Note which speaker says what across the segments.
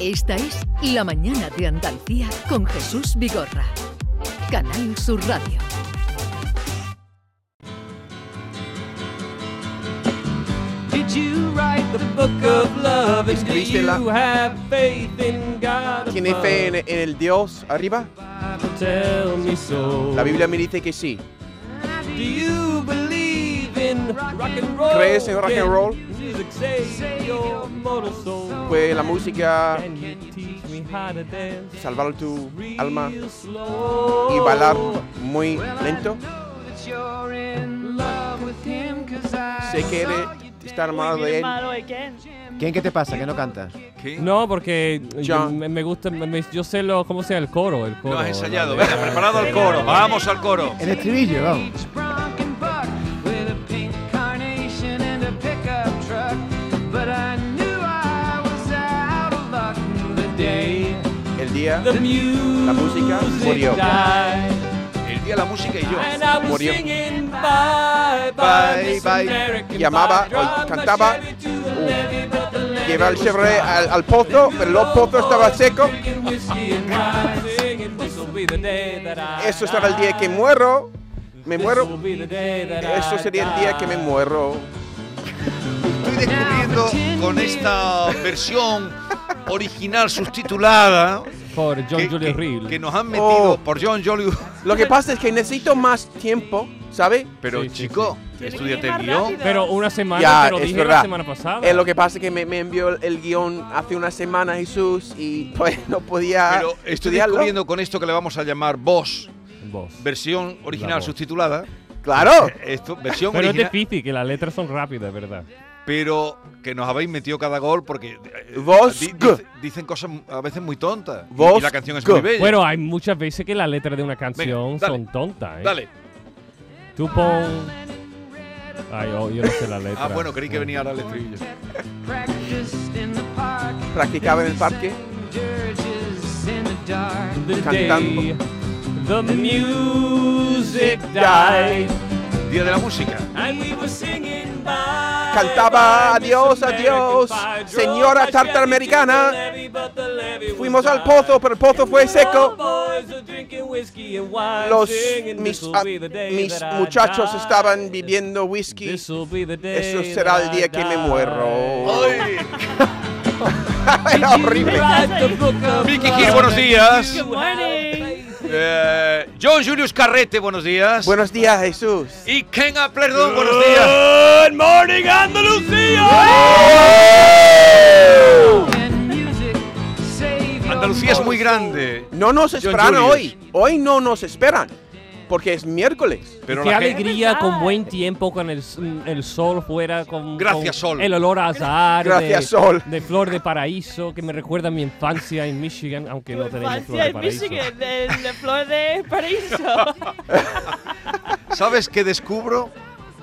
Speaker 1: Esta es La Mañana de Andalucía con Jesús Vigorra. Canal Sur Radio.
Speaker 2: Did you write the book of love? And do
Speaker 3: Escribiste
Speaker 2: you
Speaker 3: la-
Speaker 2: have faith in God?
Speaker 3: ¿Tiene fe en,
Speaker 2: above?
Speaker 3: en el Dios arriba?
Speaker 2: Tell me so.
Speaker 3: La Biblia me dice que sí.
Speaker 2: Do you believe in rock and roll?
Speaker 3: ¿Crees en rock and
Speaker 2: Can
Speaker 3: roll?
Speaker 2: music save your mortal soul?
Speaker 3: Puede Pues la música
Speaker 2: Can you teach me how to dance
Speaker 3: salvar tu alma
Speaker 2: real slow?
Speaker 3: y bailar muy lento. Se quiere estar mal de él.
Speaker 4: ¿Quién qué te pasa? ¿Que no canta?
Speaker 2: No, porque eh, yo,
Speaker 3: John.
Speaker 2: me, me gusta, me- me- yo sé lo, cómo sea el coro, el coro.
Speaker 5: Lo has
Speaker 2: la
Speaker 5: ensayado.
Speaker 2: letra.
Speaker 5: Venga, preparado al coro. Vamos al coro.
Speaker 4: El estribillo, vamos.
Speaker 3: El día,
Speaker 2: The music
Speaker 3: la música murió.
Speaker 2: died.
Speaker 5: El día la música y yo.
Speaker 2: And I was
Speaker 3: Murió.
Speaker 2: singing bye, bye,
Speaker 3: Bye,
Speaker 2: Miss
Speaker 3: bye.
Speaker 2: American
Speaker 3: Llamaba,
Speaker 2: pie. Drove
Speaker 3: o
Speaker 2: my
Speaker 3: cantaba,
Speaker 2: Chevy to the levee, but the levee
Speaker 3: Lleva el
Speaker 2: was
Speaker 3: Chevrolet
Speaker 2: dry.
Speaker 3: al, al pozo, pero el pozo estaba seco.
Speaker 2: Drinking whiskey and wine, singing, "This will be the day that I
Speaker 3: Eso será el día que
Speaker 2: die.
Speaker 3: muero. Me
Speaker 2: This
Speaker 3: muero.
Speaker 2: will be the day that
Speaker 3: Eso
Speaker 2: I
Speaker 3: sería el día que me
Speaker 2: die.
Speaker 3: muero.
Speaker 5: Estoy descubriendo con esta versión original subtitulada
Speaker 2: Por John
Speaker 5: que,
Speaker 2: Julius
Speaker 5: que-
Speaker 2: Reed.
Speaker 5: que nos han metido
Speaker 3: Oh.
Speaker 5: por John Julius.
Speaker 3: Lo que pasa es que necesito más tiempo, ¿sabe?
Speaker 5: Pero
Speaker 2: Sí, sí,
Speaker 5: chico, estudiate el guión.
Speaker 2: Pero una semana,
Speaker 3: Ya,
Speaker 2: te lo
Speaker 3: es
Speaker 2: dije la
Speaker 3: verdad.
Speaker 2: semana pasada.
Speaker 3: Es lo que pasa que me, me envió el, el guión hace una semana Jesús y pues no podía
Speaker 2: Ah,
Speaker 5: Pero estoy
Speaker 3: estudiarlo.
Speaker 5: descubriendo con esto que le vamos a llamar voz,
Speaker 2: Vos.
Speaker 5: versión
Speaker 2: La
Speaker 5: original
Speaker 2: voz.
Speaker 5: subtitulada.
Speaker 3: Claro.
Speaker 5: Esto, versión
Speaker 2: Pero es
Speaker 5: original,
Speaker 2: difícil, que las letras son rápidas, ¿verdad?
Speaker 5: pero que nos habéis metido cada gol porque eh,
Speaker 3: Voz,
Speaker 5: di-
Speaker 3: g.
Speaker 5: dice- dicen cosas a veces muy tontas. Y-
Speaker 3: Voz,
Speaker 5: y la canción es
Speaker 3: g.
Speaker 5: muy bella.
Speaker 2: Bueno, hay muchas veces que las letras de una canción
Speaker 5: dale.
Speaker 2: son tontas, ¿eh?
Speaker 5: dale.
Speaker 2: Tú pon... Ay, oh, yo no sé la letra.
Speaker 5: Ah, bueno, creí que venía ahora el estribillo.
Speaker 3: Practicaba en el parque.
Speaker 2: The
Speaker 3: Cantando.
Speaker 2: day the music died
Speaker 5: Día de la música.
Speaker 2: and we were singing bye,
Speaker 3: Cantaba
Speaker 2: bye,
Speaker 3: adiós,
Speaker 2: Miss American
Speaker 3: adiós,
Speaker 2: Pie. Drove my
Speaker 3: señora
Speaker 2: Chevy
Speaker 3: tarta
Speaker 2: to the
Speaker 3: americana.
Speaker 2: levee, but the levee was
Speaker 3: Fuimos al
Speaker 2: dry.
Speaker 3: pozo, pero el pozo fue seco. Los
Speaker 2: Los
Speaker 3: mis, ah, mis muchachos estaban bebiendo whisky. Eso será el día que me muero.
Speaker 5: ¡Ay!
Speaker 3: Era horrible.
Speaker 5: Vicky Gil, buenos días. Eh, John Julius Carrete, buenos días.
Speaker 3: Buenos días, Jesús.
Speaker 5: Y Ken Perdón, buenos días.
Speaker 2: Good morning,
Speaker 5: Andalucía es muy grande.
Speaker 3: No nos esperan
Speaker 5: Julius.
Speaker 3: hoy. Hoy no nos esperan. Porque es miércoles.
Speaker 5: Pero
Speaker 2: Qué
Speaker 5: la gente,
Speaker 2: alegría con buen tiempo, con el, s- mm, el sol fuera, con,
Speaker 5: Gracias,
Speaker 2: con
Speaker 5: sol.
Speaker 2: el olor a azar, de,
Speaker 3: Gracias, sol.
Speaker 2: de flor de paraíso, que me recuerda a mi infancia en Michigan, aunque no tenemos flor
Speaker 6: Francia
Speaker 2: de
Speaker 6: en
Speaker 2: paraíso.
Speaker 6: Michigan, el de Flor de Paraíso.
Speaker 5: ¿sabes qué descubro?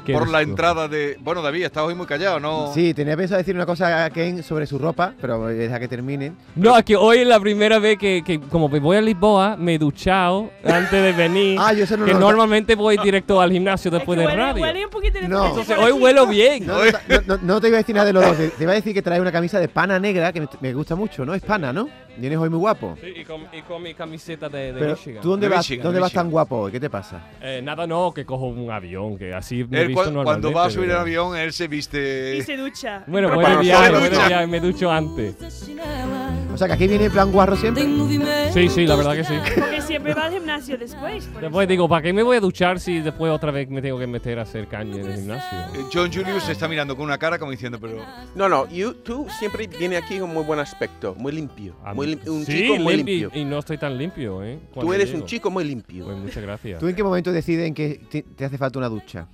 Speaker 2: ¿Qué
Speaker 5: Por la
Speaker 2: descubro?
Speaker 5: entrada de. Bueno, David, estás hoy muy callado, ¿no?
Speaker 4: Sí, tenía pensado decir una cosa a Ken sobre su ropa, pero deja que termine.
Speaker 2: No, es que hoy es la primera vez que, que como me voy a Lisboa, me he duchado antes de venir.
Speaker 4: Ah, yo eso no
Speaker 2: que
Speaker 4: lo noto.
Speaker 2: normalmente voy directo al gimnasio después
Speaker 6: Es que
Speaker 2: de
Speaker 6: huele-
Speaker 2: radio.
Speaker 6: huele un poquito de-
Speaker 4: No.
Speaker 2: Entonces hoy huelo bien.
Speaker 4: No, no, no- no te iba a decir nada de los dos. Te, te iba a decir que traes una camisa de pana negra que me, me gusta mucho, ¿no? Es pana, ¿no? Vienes hoy muy guapo.
Speaker 2: Sí, y, con, y con mi camiseta de, de
Speaker 4: Pero,
Speaker 2: Michigan.
Speaker 4: ¿tú dónde
Speaker 5: De
Speaker 4: vas,
Speaker 5: Michigan,
Speaker 4: dónde
Speaker 5: de
Speaker 4: vas tan
Speaker 5: Michigan.
Speaker 4: guapo hoy? ¿Qué te pasa?
Speaker 2: Eh, nada, no, que cojo un avión, que así me he
Speaker 5: Él,
Speaker 2: visto
Speaker 5: cua- cuando
Speaker 2: normalmente,
Speaker 5: va a subir
Speaker 2: pero-
Speaker 5: al avión, él se
Speaker 6: Y
Speaker 5: viste.
Speaker 6: se ducha.
Speaker 2: Bueno,
Speaker 3: Pero
Speaker 2: voy de
Speaker 3: para
Speaker 2: viaje,
Speaker 5: nosotros
Speaker 2: voy de
Speaker 5: ya.
Speaker 2: viaje, me ducho antes.
Speaker 4: O sea, que aquí viene en plan guarro siempre.
Speaker 2: Sí, sí, la verdad que sí.
Speaker 6: Porque siempre va al gimnasio después. por
Speaker 2: Después
Speaker 6: eso.
Speaker 2: digo, ¿para qué me voy a duchar si después otra vez me tengo que meter a hacer caña en el gimnasio?
Speaker 5: Eh, John Julius se está mirando con una cara como diciendo, pero.
Speaker 3: No, no. you- tú siempre vienes aquí con muy buen aspecto. Muy limpio.
Speaker 5: Ah,
Speaker 3: Muy lim- un
Speaker 2: sí,
Speaker 3: chico muy
Speaker 2: limpio,
Speaker 3: limpio.
Speaker 2: Y no estoy tan limpio, ¿eh?
Speaker 3: Tú
Speaker 2: cuando
Speaker 3: eres un
Speaker 2: llego.
Speaker 3: chico muy limpio.
Speaker 2: Pues muchas gracias.
Speaker 4: ¿Tú en qué momento deciden que te, te hace falta una ducha?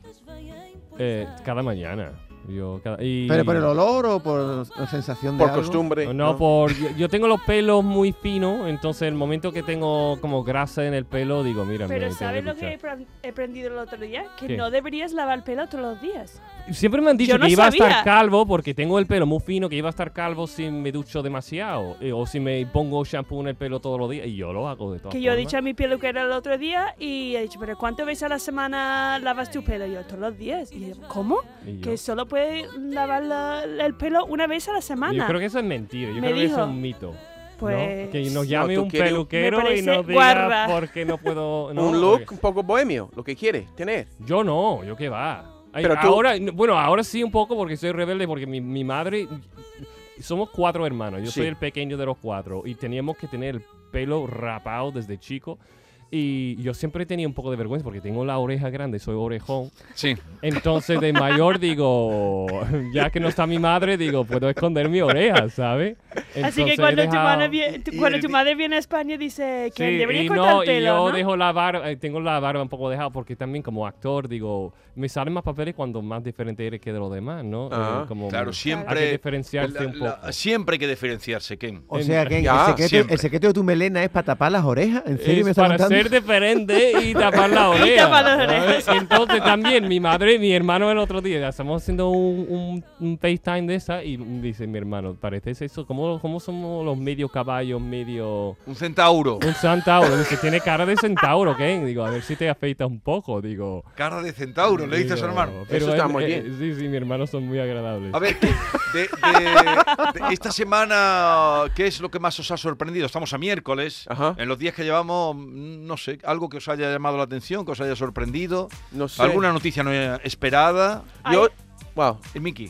Speaker 2: Eh, cada mañana. Yo cada- y-
Speaker 4: ¿Pero por el olor o por la sensación de
Speaker 3: Por
Speaker 4: algo?
Speaker 3: costumbre.
Speaker 2: No,
Speaker 5: pues,
Speaker 2: por, yo, yo tengo los pelos muy finos, entonces el momento que tengo como grasa en el pelo, digo, mira, me
Speaker 6: Pero
Speaker 2: tengo que
Speaker 6: ¿sabes lo
Speaker 2: duchar.
Speaker 6: que he apren- he aprendido el otro día? Que
Speaker 2: ¿Qué?
Speaker 6: no deberías lavar pelo todos los días.
Speaker 2: Siempre me han dicho
Speaker 6: Yo no
Speaker 2: que iba a
Speaker 6: sabía.
Speaker 2: estar calvo porque tengo el pelo muy fino, que iba a estar calvo si me ducho demasiado eh, o si me pongo shampoo en el pelo todos los días. Y yo lo hago de todas
Speaker 6: Que yo he
Speaker 2: formas.
Speaker 6: dicho a mi peluquera el otro día y he dicho, pero ¿cuántas veces a la semana lavas tu pelo? Y yo, todos los días. Y yo, ¿cómo?
Speaker 2: Y yo-
Speaker 6: Que solo puedes lavar la- el pelo una vez a la semana.
Speaker 2: Yo creo que eso es mentira, yo
Speaker 6: Me
Speaker 2: creo que eso
Speaker 6: dijo.
Speaker 2: es un mito. ¿no?
Speaker 6: pues
Speaker 2: Que nos llame
Speaker 3: tú
Speaker 2: un
Speaker 3: quieres-
Speaker 2: peluquero
Speaker 6: Me
Speaker 2: y
Speaker 6: parece
Speaker 2: nos diga
Speaker 6: guarra.
Speaker 2: porque no puedo. no,
Speaker 3: un look
Speaker 2: porque-
Speaker 3: un poco bohemio, lo que quiere tener.
Speaker 2: Yo no, yo qué va. Ay,
Speaker 3: Pero tú-
Speaker 2: ahora, bueno, ahora sí un poco porque soy rebelde, porque mi, mi madre. Somos cuatro hermanos, yo
Speaker 3: Sí.
Speaker 2: soy el pequeño de los cuatro y teníamos que tener el pelo rapado desde chico. Y yo siempre tenía un poco de vergüenza porque tengo la oreja grande, soy orejón.
Speaker 5: Sí.
Speaker 2: Entonces de mayor digo, ya que no está mi madre, digo, puedo esconder mi oreja, ¿sabes?
Speaker 6: Así que cuando, tu, madre
Speaker 2: viene
Speaker 6: vie- tu-
Speaker 5: Y
Speaker 6: cuando
Speaker 5: el
Speaker 6: tu
Speaker 5: di-
Speaker 6: madre viene a España dice que
Speaker 2: Sí,
Speaker 6: debería
Speaker 2: y
Speaker 6: cortar
Speaker 2: no,
Speaker 6: el
Speaker 2: y
Speaker 6: pelo,
Speaker 2: yo
Speaker 6: ¿no?
Speaker 2: dejo la barba, eh, tengo la barba un poco dejada porque también como actor, digo, me salen más papeles cuando más diferente eres que de los demás, ¿no? Eh,
Speaker 3: Ah,
Speaker 2: como
Speaker 5: Claro,
Speaker 2: Hay que
Speaker 5: siempre.
Speaker 2: diferenciarse
Speaker 5: la-
Speaker 2: un
Speaker 5: la-
Speaker 2: poco.
Speaker 5: siempre hay que diferenciarse, Ken.
Speaker 4: O sea, que
Speaker 3: Ya,
Speaker 4: el, secreto,
Speaker 5: siempre.
Speaker 4: el secreto de tu melena es para tapar las orejas. ¿En serio me
Speaker 2: es
Speaker 4: está
Speaker 2: para
Speaker 4: contando?
Speaker 2: ser diferente y tapar la oreja.
Speaker 6: tapar las orejas.
Speaker 2: ¿sabes? Entonces también mi madre y mi hermano el otro día, estamos haciendo un, un, un FaceTime de esa y dice mi hermano, parece eso, ¿cómo, cómo somos los medio caballos, medio...
Speaker 5: Un centauro.
Speaker 2: Un centauro, dice, tiene cara de centauro, ¿qué? Digo, a ver si te afeitas un poco, digo...
Speaker 5: Cara de centauro, le dice a su
Speaker 2: Digo,
Speaker 5: hermano.
Speaker 2: pero
Speaker 3: Eso está
Speaker 2: él-
Speaker 3: muy
Speaker 2: eh,
Speaker 3: bien.
Speaker 2: sí, sí, mis hermanos son muy agradables.
Speaker 5: A ver, ¿qué- de, de- de esta semana, ¿qué es lo que más os ha sorprendido? Estamos a miércoles.
Speaker 3: Ajá.
Speaker 5: En los días que llevamos, mm, no sé, algo que os haya llamado la atención, que os haya sorprendido.
Speaker 3: No sé.
Speaker 5: ¿Alguna noticia no esperada?
Speaker 6: Ay.
Speaker 3: Yo, wow,
Speaker 5: Eh, Miki,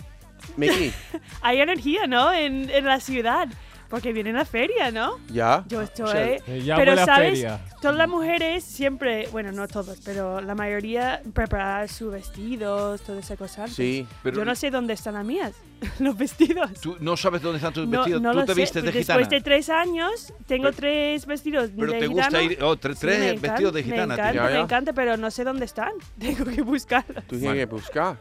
Speaker 3: Mickey,
Speaker 6: Hay energía, ¿no? En, en la ciudad. Porque viene la feria, ¿no?
Speaker 3: ya.
Speaker 6: Yo estoy...
Speaker 3: sea,
Speaker 2: Eh, ya
Speaker 6: pero
Speaker 2: huele a
Speaker 6: sabes,
Speaker 2: feria.
Speaker 6: todas las mujeres siempre, bueno, no todas, pero la mayoría preparar sus vestidos, toda esa cosa. antes.
Speaker 3: Sí,
Speaker 5: pero
Speaker 6: Yo no sé dónde están las mías, los vestidos.
Speaker 5: tú no sabes dónde están tus
Speaker 6: No,
Speaker 5: vestidos.
Speaker 6: no
Speaker 5: tú
Speaker 6: lo
Speaker 5: te
Speaker 6: sé.
Speaker 5: vistes de
Speaker 6: Después
Speaker 5: gitana.
Speaker 6: de tres años, tengo tres vestidos
Speaker 5: pero
Speaker 6: de
Speaker 5: te gusta
Speaker 6: gitano.
Speaker 5: ir. oh, tre-
Speaker 6: Sí,
Speaker 5: tres
Speaker 6: me encan-
Speaker 5: vestidos de gitana.
Speaker 6: Me
Speaker 5: tío.
Speaker 6: encanta,
Speaker 3: Ya, ya.
Speaker 6: me encanta, pero no sé dónde están. Tengo que buscarlos.
Speaker 3: tú tienes que buscar.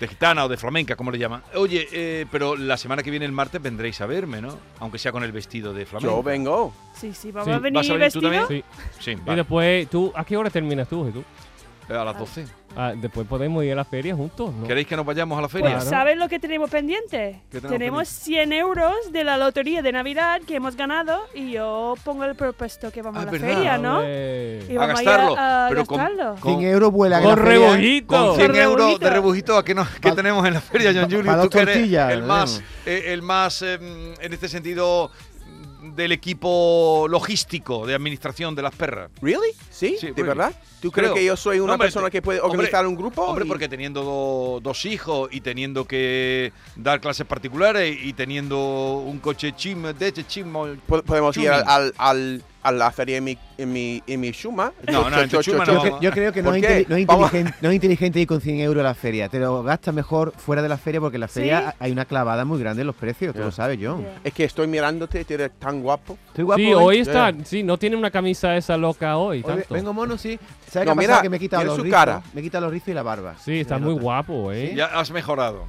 Speaker 5: De gitana o de flamenca, como le llaman. Oye, eh, pero la semana que viene, el martes, vendréis a verme, ¿no? Aunque sea con el vestido de flamenca.
Speaker 3: Yo vengo.
Speaker 6: Sí, sí, vamos
Speaker 2: Sí.
Speaker 6: a
Speaker 2: ¿Vas
Speaker 6: venir
Speaker 5: ¿Vas a venir tú
Speaker 6: vestidos.
Speaker 5: también?
Speaker 2: Sí.
Speaker 5: Sí,
Speaker 2: Y
Speaker 5: vale.
Speaker 2: después, ¿tú, ¿a qué hora terminas tú, Jesús?
Speaker 5: Eh, A las 12.
Speaker 2: Ah, después podemos ir a la feria juntos, ¿no?
Speaker 5: ¿Queréis que nos vayamos a la
Speaker 6: Pues,
Speaker 5: feria?
Speaker 2: Claro.
Speaker 6: ¿sabes lo que tenemos pendiente?
Speaker 5: ¿Qué tenemos
Speaker 6: tenemos 100 euros de la lotería de Navidad que hemos ganado y yo pongo el propuesto que vamos
Speaker 5: Ah,
Speaker 6: a la
Speaker 5: verdad.
Speaker 6: feria, ¿no?
Speaker 2: Hombre.
Speaker 6: Y vamos ir
Speaker 5: gastarlo,
Speaker 6: a
Speaker 5: pero con-
Speaker 6: gastarlo.
Speaker 5: con-
Speaker 4: 100 euros vuela
Speaker 2: ¡Con
Speaker 4: gran feria. ¿eh?
Speaker 5: ¿eh? Con
Speaker 2: rebujito!
Speaker 5: 100 euros de
Speaker 6: rebujito.
Speaker 5: rebujito, ¿a qué, no- qué
Speaker 4: Pa-
Speaker 5: tenemos en la feria, John
Speaker 4: pa-
Speaker 5: Julio?
Speaker 4: pa
Speaker 5: Tú
Speaker 4: dos
Speaker 5: que eres
Speaker 4: tortillas,
Speaker 5: el más, eh, el más eh, en este sentido, del equipo logístico de administración de las perras.
Speaker 3: ¿Really? ¿Sí?
Speaker 5: Sí,
Speaker 3: ¿De
Speaker 5: really.
Speaker 3: verdad? ¿Tú crees
Speaker 5: Creo.
Speaker 3: que yo soy una
Speaker 5: Hombre,
Speaker 3: persona que puede
Speaker 5: hombre,
Speaker 3: organizar un grupo?
Speaker 5: Hombre,
Speaker 3: Pues, y-
Speaker 5: porque teniendo do- dos hijos y teniendo que dar clases particulares y teniendo un coche chim, de este chimo.
Speaker 3: po- podemos ir
Speaker 5: Tuning.
Speaker 3: al, al- a la feria en mi, en mi, en mi Shuma.
Speaker 5: No, no, en tu Shuma
Speaker 4: Yo,
Speaker 5: no.
Speaker 4: cre- yo creo que no
Speaker 3: ¿Por
Speaker 4: es,
Speaker 3: qué?
Speaker 4: inteli- no es
Speaker 3: Vamos.
Speaker 4: inteligente, no es inteligente ir con 100 euros a la feria. Te lo gastas mejor fuera de la feria porque en la
Speaker 6: Sí.
Speaker 4: feria ha- hay una clavada muy grande en los precios. Tú
Speaker 3: Ya.
Speaker 4: lo sabes, John.
Speaker 6: Yeah.
Speaker 3: Es que estoy mirándote, te eres tan guapo.
Speaker 4: Estoy guapo.
Speaker 2: Sí,
Speaker 4: ¿eh?
Speaker 2: hoy
Speaker 4: Hoy
Speaker 2: está.
Speaker 3: Ya.
Speaker 2: Sí, no tiene una camisa esa loca hoy,
Speaker 4: ve-
Speaker 2: tanto.
Speaker 4: vengo mono, sí. ¿Sabes
Speaker 3: No,
Speaker 4: qué
Speaker 3: mira,
Speaker 4: pasa? Que me he quitado
Speaker 3: mira
Speaker 4: los
Speaker 3: su
Speaker 4: rizos.
Speaker 3: cara.
Speaker 4: Me he quitado los rizos y la barba.
Speaker 2: Sí, está
Speaker 4: Se me
Speaker 2: muy
Speaker 4: nota.
Speaker 2: guapo, ¿eh?
Speaker 4: Sí.
Speaker 5: Ya has mejorado.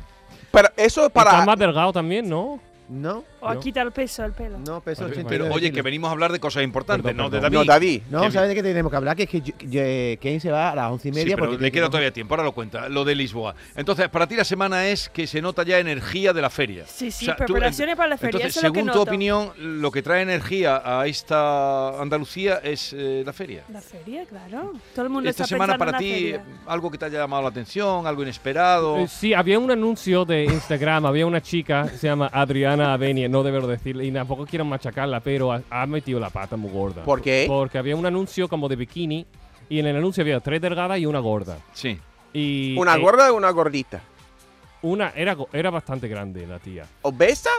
Speaker 3: Pero eso es
Speaker 2: Está más
Speaker 3: para...
Speaker 2: delgado también, ¿no?
Speaker 4: No,
Speaker 6: O a
Speaker 2: ¿no?
Speaker 6: quitar peso al pelo.
Speaker 4: no, peso
Speaker 2: Oye,
Speaker 4: 80.
Speaker 5: Pero oye, que venimos a hablar de cosas importantes,
Speaker 2: Perdón,
Speaker 5: no de
Speaker 2: perdón.
Speaker 5: David.
Speaker 3: No, David.
Speaker 4: No,
Speaker 5: Kevin.
Speaker 4: ¿sabes de qué tenemos que hablar? Que es que yo- yo- eh, Kevin se va a las once y media.
Speaker 5: Sí, pero
Speaker 4: porque
Speaker 5: le
Speaker 4: tiene
Speaker 5: queda
Speaker 4: que-
Speaker 5: todavía tiempo, ahora lo cuenta, lo de Lisboa. Entonces, para ti la semana es que se nota ya energía de la feria.
Speaker 6: Sí, sí,
Speaker 5: O sea, tú-
Speaker 6: preparaciones para la feria.
Speaker 5: Entonces,
Speaker 6: eso es lo que
Speaker 5: según tu
Speaker 6: noto.
Speaker 5: opinión, lo que trae energía a esta Andalucía es eh, la feria.
Speaker 6: La feria, claro. Todo el mundo
Speaker 5: Esta
Speaker 6: está
Speaker 5: semana
Speaker 6: pensando
Speaker 5: para
Speaker 6: en la
Speaker 5: ti,
Speaker 6: feria.
Speaker 5: algo que te haya llamado la atención, algo inesperado.
Speaker 2: Eh, Sí, había un anuncio de Instagram, había una chica, se llama Adriana Avenia, no debo decirle, y tampoco quiero machacarla, pero ha, ha metido la pata muy gorda.
Speaker 3: ¿Por qué?
Speaker 2: Porque había un anuncio como de bikini, y en el anuncio había tres delgadas y una gorda.
Speaker 5: Sí.
Speaker 2: Y
Speaker 3: ¿Una
Speaker 2: eh,
Speaker 3: gorda o una gordita?
Speaker 2: Una, era, go- era bastante grande la tía.
Speaker 3: ¿Obesa?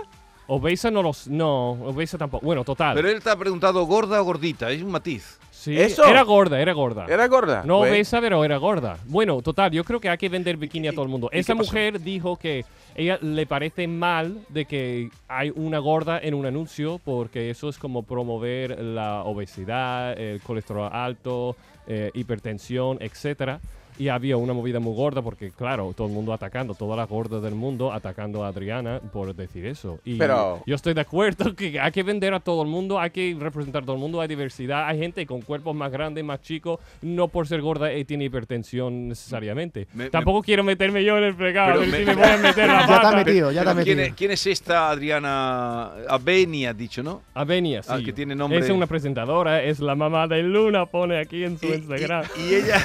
Speaker 2: Obesa no los, no, obesa tampoco. Bueno, total.
Speaker 5: Pero él te ha preguntado gorda o gordita, es un matiz.
Speaker 2: sí,
Speaker 3: ¿eso?
Speaker 2: Era gorda, era gorda.
Speaker 3: ¿Era gorda?
Speaker 2: No
Speaker 3: Pues,
Speaker 2: obesa, pero era gorda. Bueno, total, yo creo que hay que vender bikini a todo el mundo.
Speaker 5: y
Speaker 2: Esa
Speaker 5: qué pasó?
Speaker 2: mujer dijo que ella le parece mal de que hay una gorda en un anuncio porque eso es como promover la obesidad, el colesterol alto, eh, hipertensión, etcétera. Y había una movida muy gorda porque, claro, todo el mundo atacando, todas las gordas del mundo atacando a Adriana por decir eso. Y
Speaker 3: Pero-
Speaker 2: yo estoy de acuerdo que hay que vender a todo el mundo, hay que representar a todo el mundo, hay diversidad, hay gente con cuerpos más grandes, más chicos, no por ser gorda eh, tiene hipertensión necesariamente.
Speaker 5: Me- me-
Speaker 2: Tampoco quiero meterme yo en el fregado,
Speaker 5: Pero
Speaker 2: a ver
Speaker 5: me-
Speaker 2: si me voy a meter la
Speaker 4: Ah, Ya te has
Speaker 2: pata.
Speaker 4: metido, ya te has
Speaker 5: Pero ¿quién,
Speaker 4: metido.
Speaker 5: es, quién es esta Adriana Aveni, has dicho, no?
Speaker 2: Avenia, sí.
Speaker 5: Ah, que tiene nombre.
Speaker 2: Es una presentadora, es la mamá de Luna, pone aquí en su
Speaker 5: Y, y-
Speaker 2: Instagram.
Speaker 5: y ella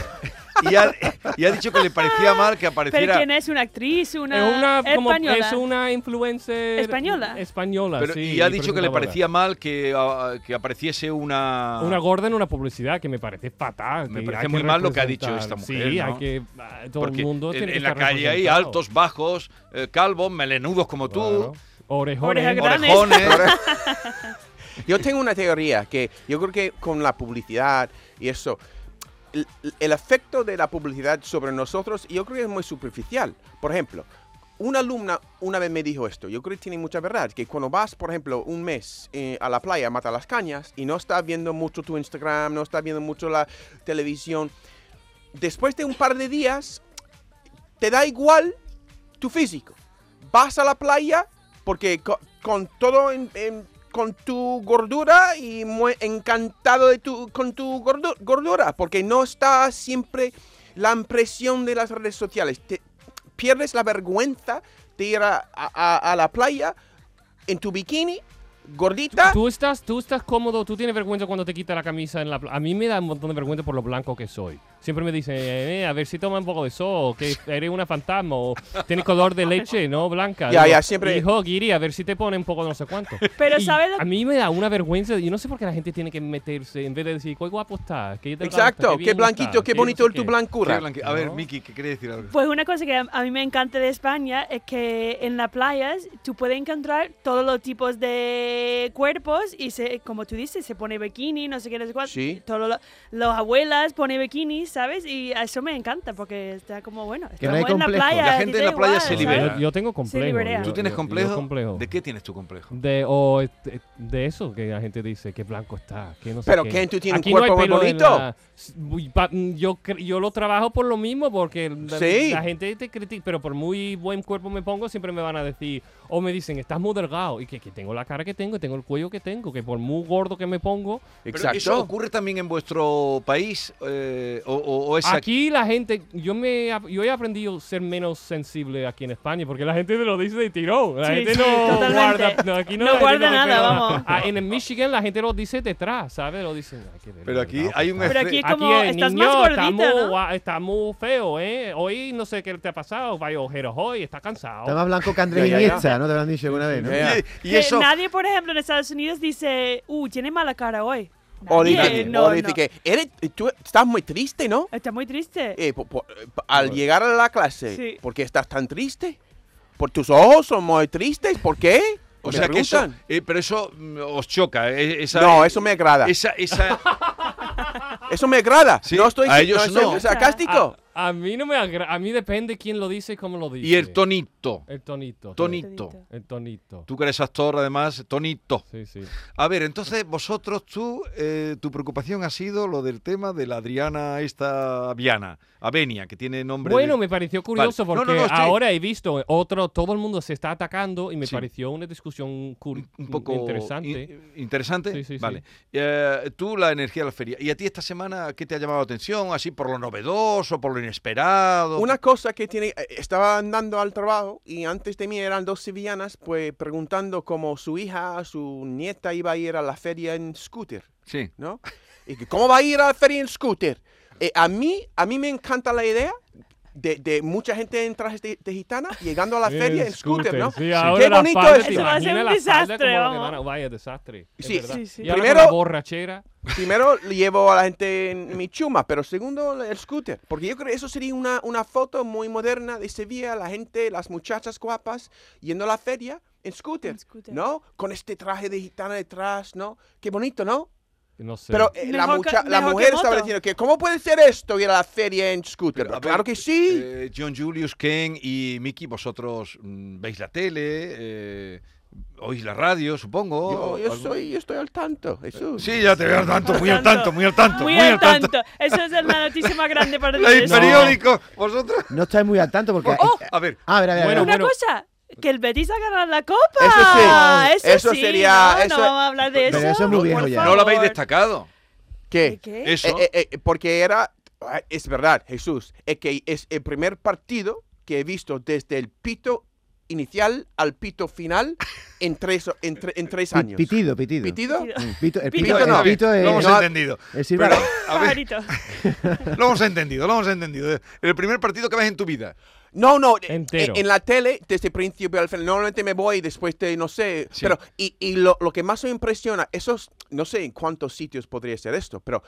Speaker 5: y ha, y ha dicho que le parecía mal que
Speaker 6: Ah, Pero
Speaker 5: apareciera.
Speaker 6: quién es una actriz, una,
Speaker 2: es una, como-
Speaker 6: española.
Speaker 2: es una influencer
Speaker 6: Española.
Speaker 2: española,
Speaker 5: Pero-
Speaker 2: sí,
Speaker 5: y ha dicho que le
Speaker 2: presentadora.
Speaker 5: parecía mal que, ah, que apareciese una.
Speaker 2: una gorda en una publicidad que me parece fatal.
Speaker 5: Ah. Me
Speaker 2: que
Speaker 5: parece
Speaker 2: hay
Speaker 5: muy
Speaker 2: que
Speaker 5: mal lo que ha dicho
Speaker 2: representar.
Speaker 5: esta mujer,
Speaker 2: Sí,
Speaker 5: ¿no?
Speaker 2: hay que ah, todo
Speaker 5: porque
Speaker 2: el mundo
Speaker 5: en,
Speaker 2: tiene que
Speaker 5: en la
Speaker 2: estar
Speaker 5: calle hay
Speaker 2: representado.
Speaker 5: altos, bajos, eh, calvos, melenudos como
Speaker 2: Claro.
Speaker 5: tú,
Speaker 2: Orejones.
Speaker 6: Oreja grande. Grandes.
Speaker 5: orejones.
Speaker 3: Yo tengo una teoría que yo creo que con la publicidad y eso, el, el efecto de la publicidad sobre nosotros, yo creo que es muy superficial. Por ejemplo, una alumna una vez me dijo esto, yo creo que tiene mucha verdad, que cuando vas, por ejemplo, un mes eh, a la playa a matar las cañas y no estás viendo mucho tu Instagram, no estás viendo mucho la televisión, después de un par de días, te da igual tu físico. Vas a la playa porque co- con, todo, en- en- con tu gordura y muy encantado de tu, con tu gordu- gordura, porque no está siempre la impresión de las redes sociales. Te- pierdes la vergüenza de ir a, a- a- a la playa en tu bikini, gordita.
Speaker 2: Tú estás, tú estás cómodo, tú tienes vergüenza cuando te quita la camisa en la pla- A mí me da un montón de vergüenza por lo blanco que soy. Siempre me dicen, eh, a ver si toma un poco de sol, o que eres una fantasma, o tienes color de leche, no blanca.
Speaker 3: Ya,
Speaker 2: Digo,
Speaker 3: ya, siempre-
Speaker 2: Hijo, Guiri, a ver si te pone un poco de no sé cuánto.
Speaker 6: Pero
Speaker 2: Y
Speaker 6: ¿sabes lo-
Speaker 2: A mí me da una vergüenza, yo no sé por qué la gente tiene que meterse, en vez de decir, qué guapo está, qué delgado está,
Speaker 3: Exacto, qué
Speaker 2: bien
Speaker 3: blanquito,
Speaker 2: está,
Speaker 3: qué
Speaker 2: no
Speaker 3: bonito
Speaker 2: sé
Speaker 3: tu
Speaker 2: qué".
Speaker 3: blancura.
Speaker 5: Sí, Blanqui- A ver,
Speaker 2: No.
Speaker 5: Miki, ¿qué quiere decir algo?
Speaker 6: Pues una cosa que a a mí me encanta de España es que en las playas tú puedes encontrar todos los tipos de cuerpos y se, como tú dices, se pone bikini, no sé qué, no sé cuál.
Speaker 3: Sí.
Speaker 6: Todos los, los abuelas pone bikini, ¿sabes? Y a eso me encanta porque está como bueno.
Speaker 4: Que no hay
Speaker 6: estamos en la
Speaker 4: complejo.
Speaker 6: playa.
Speaker 5: La gente
Speaker 6: te
Speaker 5: en la
Speaker 6: da
Speaker 5: playa
Speaker 6: igual,
Speaker 5: se
Speaker 2: No,
Speaker 6: ¿sabes?
Speaker 5: libera.
Speaker 2: Yo, yo tengo complejo.
Speaker 6: libera.
Speaker 2: yo-
Speaker 5: ¿Tú
Speaker 2: yo-
Speaker 5: tienes
Speaker 2: yo
Speaker 5: complejo?
Speaker 2: complejo.
Speaker 5: ¿De qué tienes tu complejo?
Speaker 2: De, o este, de eso que la gente dice, que blanco está, que no sé
Speaker 3: Pero
Speaker 2: qué.
Speaker 3: Ken, tú tienes un
Speaker 2: Aquí no hay
Speaker 3: cuerpo muy
Speaker 2: pelo en
Speaker 3: bonito.
Speaker 2: la- Uy, pa- mm, yo, cre- yo lo trabajo por lo mismo, porque la,
Speaker 3: Sí.
Speaker 2: la gente te critica, pero por muy buen cuerpo me pongo, siempre me van a decir, o me dicen, estás muy delgado, y que, que tengo la cara que tengo, tengo el cuello que tengo, que por muy gordo que me pongo,
Speaker 5: Pero ¿Eso
Speaker 3: Exacto.
Speaker 5: ocurre también en vuestro país? eh, o, o- o es aquí?
Speaker 2: Aquí la gente, yo me ap- yo he aprendido a ser menos sensible aquí en España, porque la gente me lo dice de tirón. La
Speaker 6: Sí,
Speaker 2: gente
Speaker 6: sí,
Speaker 2: no
Speaker 6: totalmente.
Speaker 2: guarda, no, aquí no,
Speaker 6: No
Speaker 2: la gente
Speaker 6: guarda nada,
Speaker 2: espera
Speaker 6: vamos.
Speaker 2: Ah, en el Michigan la gente lo dice detrás, ¿sabes? Lo dicen. "Ay, qué
Speaker 5: Pero aquí
Speaker 2: delgado que
Speaker 5: hay un
Speaker 2: estás".
Speaker 6: Pero aquí
Speaker 5: efecto-
Speaker 6: es como,
Speaker 2: es,
Speaker 6: estás
Speaker 2: niño,
Speaker 6: más
Speaker 2: está
Speaker 6: gordita,
Speaker 2: muy,
Speaker 6: ¿no?
Speaker 2: gua- está muy feo, ¿eh? Hoy no sé qué te ha pasado, vaya ojeros hoy, está cansado.
Speaker 4: Está más blanco que Andrés
Speaker 3: Ya, ya, ya.
Speaker 4: Iniesta, ¿no? Te lo han dicho alguna vez, ¿no?
Speaker 3: Ya, ya.
Speaker 5: Y, y
Speaker 6: Que
Speaker 5: eso,
Speaker 6: Nadie, por ejemplo, en Estados Unidos dice, uh, tiene mala cara hoy.
Speaker 3: O
Speaker 6: Nadie,
Speaker 3: dice,
Speaker 6: no,
Speaker 3: o dice
Speaker 6: no.
Speaker 3: que eres, tú estás muy triste, ¿no?
Speaker 6: Está muy triste.
Speaker 3: Eh, po- po- eh, pa- al llegar a la clase,
Speaker 6: Sí.
Speaker 3: ¿por qué estás tan triste? ¿Por tus ojos son muy tristes? ¿Por qué?
Speaker 5: o
Speaker 3: Me
Speaker 5: sea que eso,
Speaker 3: preguntan.
Speaker 5: eh, pero eso mm, os choca. eh, esa-
Speaker 3: no, eso me agrada.
Speaker 5: Esa, esa,
Speaker 3: eso me agrada.
Speaker 5: Sí,
Speaker 3: no estoy
Speaker 5: a ellos
Speaker 3: no estoy
Speaker 5: no.
Speaker 3: sarcástico.
Speaker 2: Ah,
Speaker 6: Ah,
Speaker 2: a, a mí no me agra- a mí depende quién lo dice y cómo lo dice.
Speaker 5: y el tonito.
Speaker 2: El tonito.
Speaker 5: Toni-
Speaker 2: El tonito.
Speaker 5: Tú que eres actor, además, tonito.
Speaker 2: Sí, sí.
Speaker 5: A ver, entonces vosotros, tú, eh, tu preocupación ha sido lo del tema de la Adriana esta Viana, Avenia, que tiene nombre.
Speaker 2: Bueno,
Speaker 5: de-
Speaker 2: me pareció curioso
Speaker 5: Vale. No,
Speaker 2: porque
Speaker 5: no, no, estoy-
Speaker 2: ahora he visto otro, todo el mundo se está atacando y me
Speaker 5: Sí.
Speaker 2: pareció una discusión cur-
Speaker 5: un poco
Speaker 2: interesante.
Speaker 5: in- interesante.
Speaker 2: Sí, sí, sí.
Speaker 5: vale. Eh, tú la energía de la feria. ¿Y a ti esta semana qué te ha llamado la atención? Así por lo novedoso, por lo
Speaker 6: ah.
Speaker 5: inesperado.
Speaker 3: Una cosa que tiene, eh, estaba andando al trabajo y antes de mí eran dos sevillanas pues preguntando cómo su hija, su nieta iba a ir a la feria en scooter.
Speaker 5: Sí.
Speaker 3: ¿no? Y que, ¿Cómo va a ir a la feria en scooter? Eh, a, mí, a mí me encanta la idea de, de mucha gente en trajes de, de gitana llegando a la feria en scooter, ¿no?
Speaker 2: Sí, ahora
Speaker 3: Qué
Speaker 2: las
Speaker 3: bonito
Speaker 2: faldas,
Speaker 3: es.
Speaker 2: ¿te
Speaker 6: Eso va a ser
Speaker 2: imaginas
Speaker 6: un
Speaker 2: las faldas
Speaker 6: desastre,
Speaker 2: como lo que
Speaker 6: vamos.
Speaker 2: van a- Vaya desastre. es
Speaker 3: Sí,
Speaker 2: verdad.
Speaker 6: sí, sí.
Speaker 2: Y ahora con la
Speaker 3: Primero-
Speaker 2: borrachera.
Speaker 3: Primero llevo a la gente en mi chuma, pero segundo el scooter. Porque yo creo que eso sería una, una foto muy moderna de Sevilla, la gente, las muchachas guapas yendo a la feria en scooter,
Speaker 6: En scooter.
Speaker 3: ¿no? Con este traje de gitana detrás, ¿no? Qué bonito, ¿no?
Speaker 2: No sé.
Speaker 3: Pero eh, la,
Speaker 6: Mejor que-
Speaker 3: mucha- la
Speaker 6: mejor que
Speaker 3: mujer estaba
Speaker 6: moto.
Speaker 3: diciendo que ¿cómo puede ser esto ir a la feria en scooter?
Speaker 5: Pero, a
Speaker 3: Pero claro
Speaker 5: ver,
Speaker 3: que sí.
Speaker 5: eh, John Julius, Ken y Mickey, vosotros mm, veis la tele, eh, Oís la radio, supongo.
Speaker 3: Yo, Oh, Eh, yo
Speaker 5: algo-
Speaker 3: soy, yo estoy al tanto, Jesús.
Speaker 5: Sí, ya te veo al tanto, muy al tanto, muy al tanto.
Speaker 6: Muy al tanto. Eso es la noticia más grande para
Speaker 5: El
Speaker 6: nosotros.
Speaker 5: periódico, vosotros.
Speaker 4: No estáis muy al tanto porque.
Speaker 6: Oh.
Speaker 5: A ver,
Speaker 4: Ah, a ver, a ver. a ver.
Speaker 2: Bueno,
Speaker 6: Una
Speaker 2: bueno.
Speaker 6: cosa, que el Betis ha ganado la Copa.
Speaker 3: Eso sí, eso
Speaker 6: sí,
Speaker 3: sería-
Speaker 6: No,
Speaker 3: eso-
Speaker 6: no vamos a hablar de eso.
Speaker 4: Pero eso es muy
Speaker 6: por
Speaker 4: viejo ya.
Speaker 5: no lo habéis
Speaker 6: favor.
Speaker 5: destacado.
Speaker 3: ¿Qué?
Speaker 6: ¿De qué?
Speaker 5: Eso.
Speaker 3: Eh, eh, eh, porque era, ah, es verdad, Jesús, es que es el primer partido que he visto desde el pito inicial al pito final en tres, en tre- en tres
Speaker 4: Pi-
Speaker 3: años.
Speaker 4: Pitido, pitido.
Speaker 3: ¿Pitido?
Speaker 4: Mm, pito- el
Speaker 6: Pito
Speaker 4: pito,
Speaker 3: no.
Speaker 4: el pito es.
Speaker 5: Lo hemos
Speaker 3: No,
Speaker 5: entendido.
Speaker 4: el silbato.
Speaker 5: A ver.
Speaker 6: Pajarito.
Speaker 5: Lo hemos entendido, lo hemos entendido. El primer partido que ves en tu vida.
Speaker 3: No, no, eh,
Speaker 2: Entero.
Speaker 3: en la tele, desde principio al final, normalmente me voy después de, no sé,
Speaker 5: Sí.
Speaker 3: pero, y, y lo, lo que más me impresiona, esos, no sé en cuántos sitios podría ser esto, pero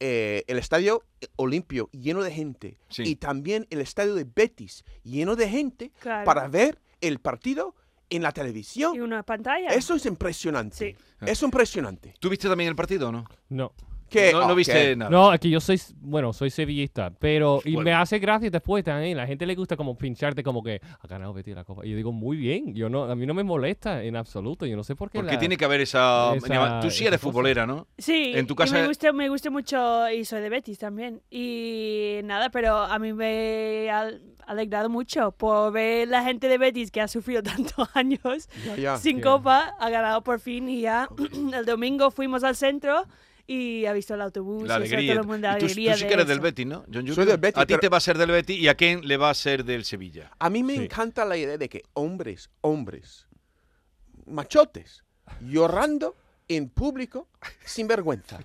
Speaker 3: eh, el estadio Olimpio lleno de gente
Speaker 5: Sí.
Speaker 3: y también el estadio de Betis lleno de gente
Speaker 6: Claro.
Speaker 3: para ver el partido en la
Speaker 6: Y
Speaker 3: televisión.
Speaker 6: una pantalla.
Speaker 3: Eso es impresionante.
Speaker 6: Sí.
Speaker 5: Ah.
Speaker 3: Es impresionante.
Speaker 5: ¿Tú viste también el partido o no?
Speaker 2: No.
Speaker 3: Que,
Speaker 5: no, no
Speaker 3: oh,
Speaker 5: viste
Speaker 3: que-
Speaker 5: nada.
Speaker 2: No, es que yo soy, bueno, soy sevillista, pero y me
Speaker 5: Bueno.
Speaker 2: hace gracia después también. La gente le gusta como pincharte como que ha ganado Betis la copa. Y yo digo, muy bien, yo no, a mí no me molesta en absoluto. Yo no sé por qué.
Speaker 5: Porque
Speaker 2: la-
Speaker 5: tiene que haber esa...
Speaker 2: esa-
Speaker 5: Tú sí
Speaker 2: esa
Speaker 5: eres
Speaker 2: cosa.
Speaker 5: futbolera, ¿no?
Speaker 6: Sí,
Speaker 5: En tu
Speaker 6: y
Speaker 5: casa-
Speaker 6: me, gusta, me gusta mucho y soy de Betis también. Y nada, pero a mí me ha alegrado mucho por ver la gente de Betis que ha sufrido tantos años
Speaker 3: Ya, ya.
Speaker 6: sin
Speaker 2: sí.
Speaker 6: copa, ha ganado por fin y ya el domingo fuimos al centro y ha visto el autobús.
Speaker 5: La
Speaker 6: y eso,
Speaker 5: alegría.
Speaker 6: todo el mundo, la
Speaker 5: Y tú, tú
Speaker 6: alegría
Speaker 5: sí
Speaker 6: de
Speaker 5: que eres del
Speaker 6: eso.
Speaker 5: Betis, ¿no? John Julio?
Speaker 3: Soy del Betis,
Speaker 5: A ti
Speaker 3: pero-
Speaker 5: te va a ser del Betis y a quién le va a ser del Sevilla.
Speaker 3: A mí me
Speaker 2: Sí.
Speaker 3: encanta la idea de que hombres, hombres, machotes, llorando en público sin vergüenza.